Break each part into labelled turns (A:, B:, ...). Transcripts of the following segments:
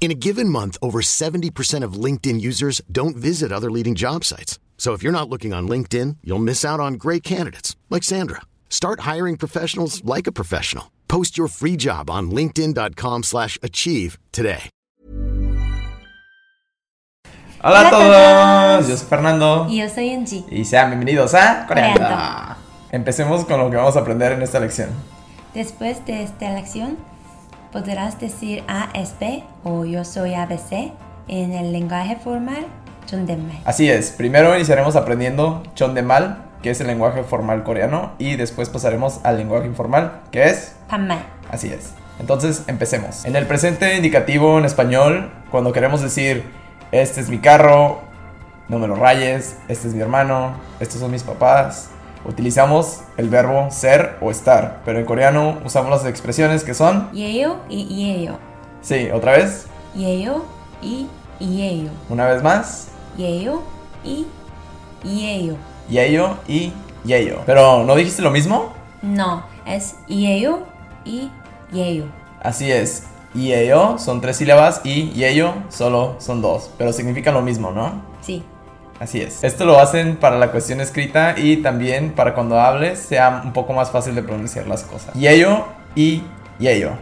A: In a given month, over 70% of LinkedIn users don't visit other leading job sites. So if you're not looking on LinkedIn, you'll miss out on great candidates like Sandra. Start hiring professionals like a professional. Post your free job on linkedin.com/achieve slash achieve today.
B: Hola,
C: Hola
B: a
C: a
B: todos,
C: todos.
B: yo soy Fernando
C: Y yo soy Angie.
B: y sean bienvenidos a Coreando.
C: Coreando.
B: Empecemos con lo que vamos a aprender en esta lección.
C: Después de esta lección, podrás decir A es B o yo soy ABC en el lenguaje formal 존댓말.
B: Así es, primero iniciaremos aprendiendo chondemal, que es el lenguaje formal coreano, y después pasaremos al lenguaje informal, que es
C: 반말.
B: Así es. Entonces, empecemos. En el presente indicativo en español, cuando queremos decir, este es mi carro, no me lo rayes, este es mi hermano, estos son mis papás, utilizamos el verbo ser o estar, pero en coreano usamos las expresiones que son,
C: 예요 y 예요.
B: sí, otra vez,
C: 예요 y 예요.
B: una vez más,
C: 예요 y 예요.
B: yeyo y yeyo. Pero, ¿no dijiste lo mismo?
C: No, es 예요 y 예요.
B: Así es. Yeyo son tres sílabas y yeyo solo son dos, pero significan lo mismo, ¿no?
C: Sí.
B: Así es. Esto lo hacen para la cuestión escrita y también para cuando hables sea un poco más fácil de pronunciar las cosas. Yeyo y yeyo.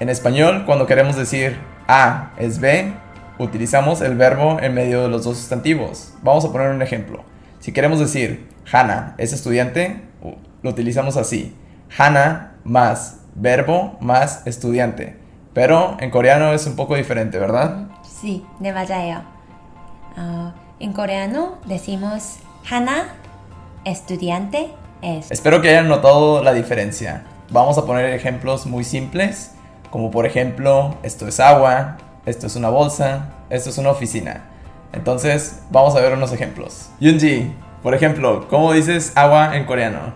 B: En español, cuando queremos decir A es B, utilizamos el verbo en medio de los dos sustantivos. Vamos a poner un ejemplo. Si queremos decir Hana es estudiante, u- lo utilizamos así. Hana más verbo más estudiante. Pero en coreano es un poco diferente, ¿verdad?
C: Sí, de 맞아요. Ah, en coreano decimos 하나, estudiante, es.
B: Espero que hayan notado la diferencia. Vamos a poner ejemplos muy simples, como por ejemplo, esto es agua, esto es una bolsa, esto es una oficina. Entonces, vamos a ver unos ejemplos. Yunji, por ejemplo, ¿cómo dices agua en coreano?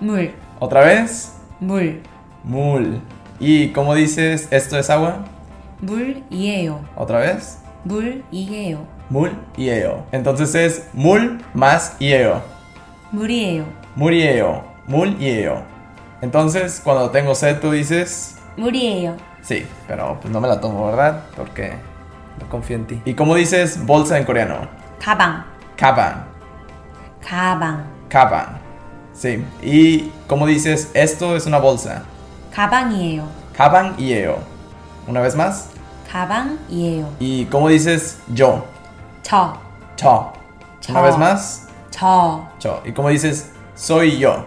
C: 물,
B: Otra vez,
C: 물,
B: mul. ¿Y cómo dices esto es agua?
C: 물이에요,
B: Otra vez,
C: 물이에요,
B: mul y eo. Entonces es mul más ieo.
C: 물이에요,
B: Mul y eo. Mul y eo. Entonces, cuando tengo sed, tú dices
C: 물이에요,
B: Sí, pero pues no me la tomo, ¿verdad? Porque no confío en ti. ¿Y cómo dices bolsa en coreano?
C: 가방,
B: Kaban.
C: 가방,
B: Kaban. Sí. ¿Y cómo dices esto es una bolsa?
C: 가방이에요,
B: Kaban y eo. Una vez más.
C: 가방이에요,
B: ¿Y cómo dices yo?
C: 저,
B: Cho.
C: Cho.
B: Una vez más.
C: 저,
B: Cho. ¿Y cómo dices soy yo?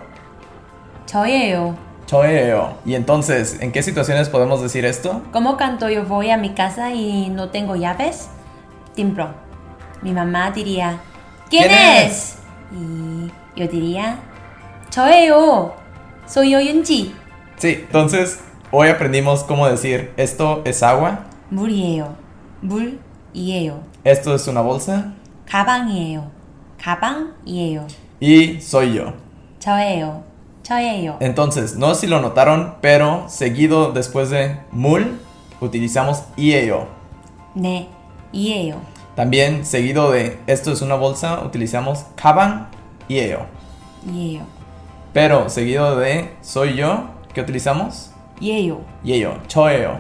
C: 저예요.
B: Choeo. Y entonces, ¿en qué situaciones podemos decir esto?
C: Como canto yo voy a mi casa y no tengo llaves, timbro. Mi mamá diría, ¿quién,
B: ¿Quién
C: es? Y yo diría, 저예요. Soy yo Yunji.
B: Sí. Entonces, hoy aprendimos cómo decir esto es agua,
C: 물이에요. 물이에요.
B: esto es una bolsa
C: 가방이에요. 가방이에요.
B: y soy yo.
C: 저예요. 저예요.
B: Entonces, no sé si lo notaron, pero seguido después de mul utilizamos ieo.
C: 네. 이에요.
B: También seguido de esto es una bolsa utilizamos kaban ieo.
C: 이에요.
B: Pero seguido de soy yo, ¿qué utilizamos?
C: 예요.
B: Yeyo, choeo,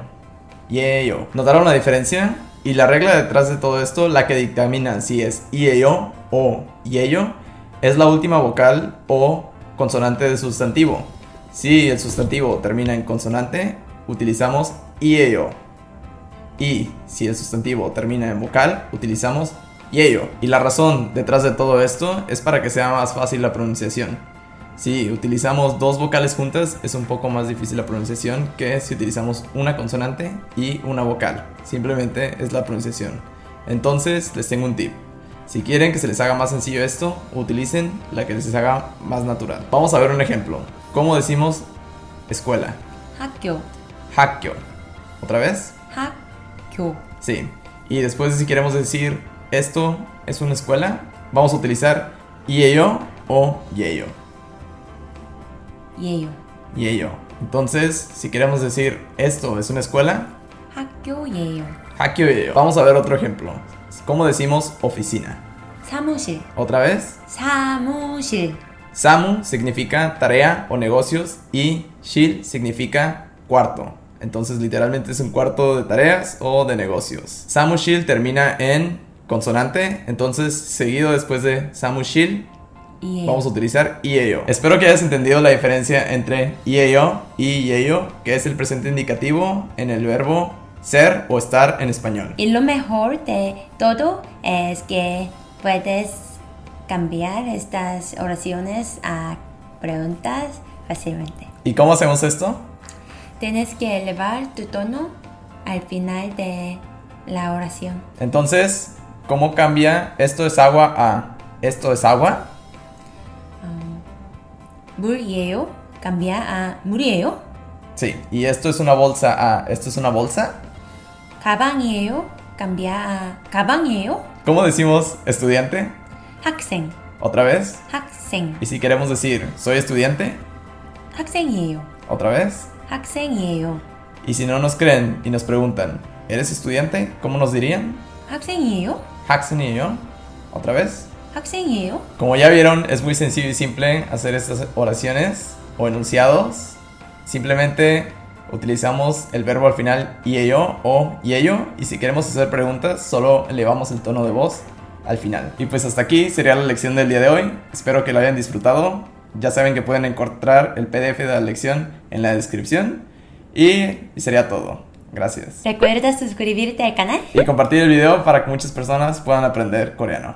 B: yeyo. ¿Notaron la diferencia? Y la regla detrás de todo esto, la que dictamina si es ieyo o yeyo, es la última vocal o consonante del sustantivo. Si el sustantivo termina en consonante, utilizamos ieyo. Y si el sustantivo termina en vocal, utilizamos yeyo. Y la razón detrás de todo esto es para que sea más fácil la pronunciación. Si utilizamos dos vocales juntas, es un poco más difícil la pronunciación que si utilizamos una consonante y una vocal. Simplemente es la pronunciación. Entonces, les tengo un tip. Si quieren que se les haga más sencillo esto, utilicen la que les haga más natural. Vamos a ver un ejemplo. ¿Cómo decimos escuela?
C: 학교.
B: Hakyo. ¿Otra vez?
C: 학교.
B: Sí. Y después si queremos decir esto es una escuela, vamos a utilizar IEO o YEYO.
C: 예요.
B: YEYO. Entonces, si queremos decir esto es una escuela,
C: 학교 예요.
B: Hakyo yeyo. Vamos a ver otro ejemplo. ¿Cómo decimos oficina?
C: 사무실.
B: Otra vez.
C: 사무실.
B: Samu significa tarea o negocios y shil significa cuarto. Entonces literalmente es un cuarto de tareas o de negocios. Samu shil termina en consonante, entonces seguido después de samu shil
C: 예요.
B: vamos a utilizar IEO. Espero que hayas entendido la diferencia entre IEO y IEO, que es el presente indicativo en el verbo ser o estar en español.
C: Y lo mejor de todo es que puedes cambiar estas oraciones a preguntas fácilmente.
B: ¿Y cómo hacemos esto?
C: Tienes que elevar tu tono al final de la oración.
B: Entonces, ¿cómo cambia esto es agua a esto es agua?
C: 물이에요. Cambia a 물이에요.
B: Sí. ¿Y esto es una bolsa a esto es una bolsa?
C: 가방이에요. Cambia a 가방이에요.
B: ¿Cómo decimos estudiante?
C: 학생,
B: Otra vez.
C: 학생,
B: Y si queremos decir soy estudiante,
C: 학생이에요.
B: otra vez.
C: 학생이에요.
B: Y si no nos creen y nos preguntan, ¿eres estudiante? ¿Cómo nos dirían?
C: 학생이에요.
B: Haxen y yo. Otra vez.
C: 학생이에요.
B: Como ya vieron, es muy sencillo y simple hacer estas oraciones o enunciados. Simplemente utilizamos el verbo al final y ello o y ello. Y si queremos hacer preguntas, solo elevamos el tono de voz al final. Y pues hasta aquí sería la lección del día de hoy. Espero que lo hayan disfrutado. Ya saben que pueden encontrar el PDF de la lección en la descripción. Y sería todo. Gracias.
C: Recuerda suscribirte al canal.
B: Y compartir el video para que muchas personas puedan aprender coreano.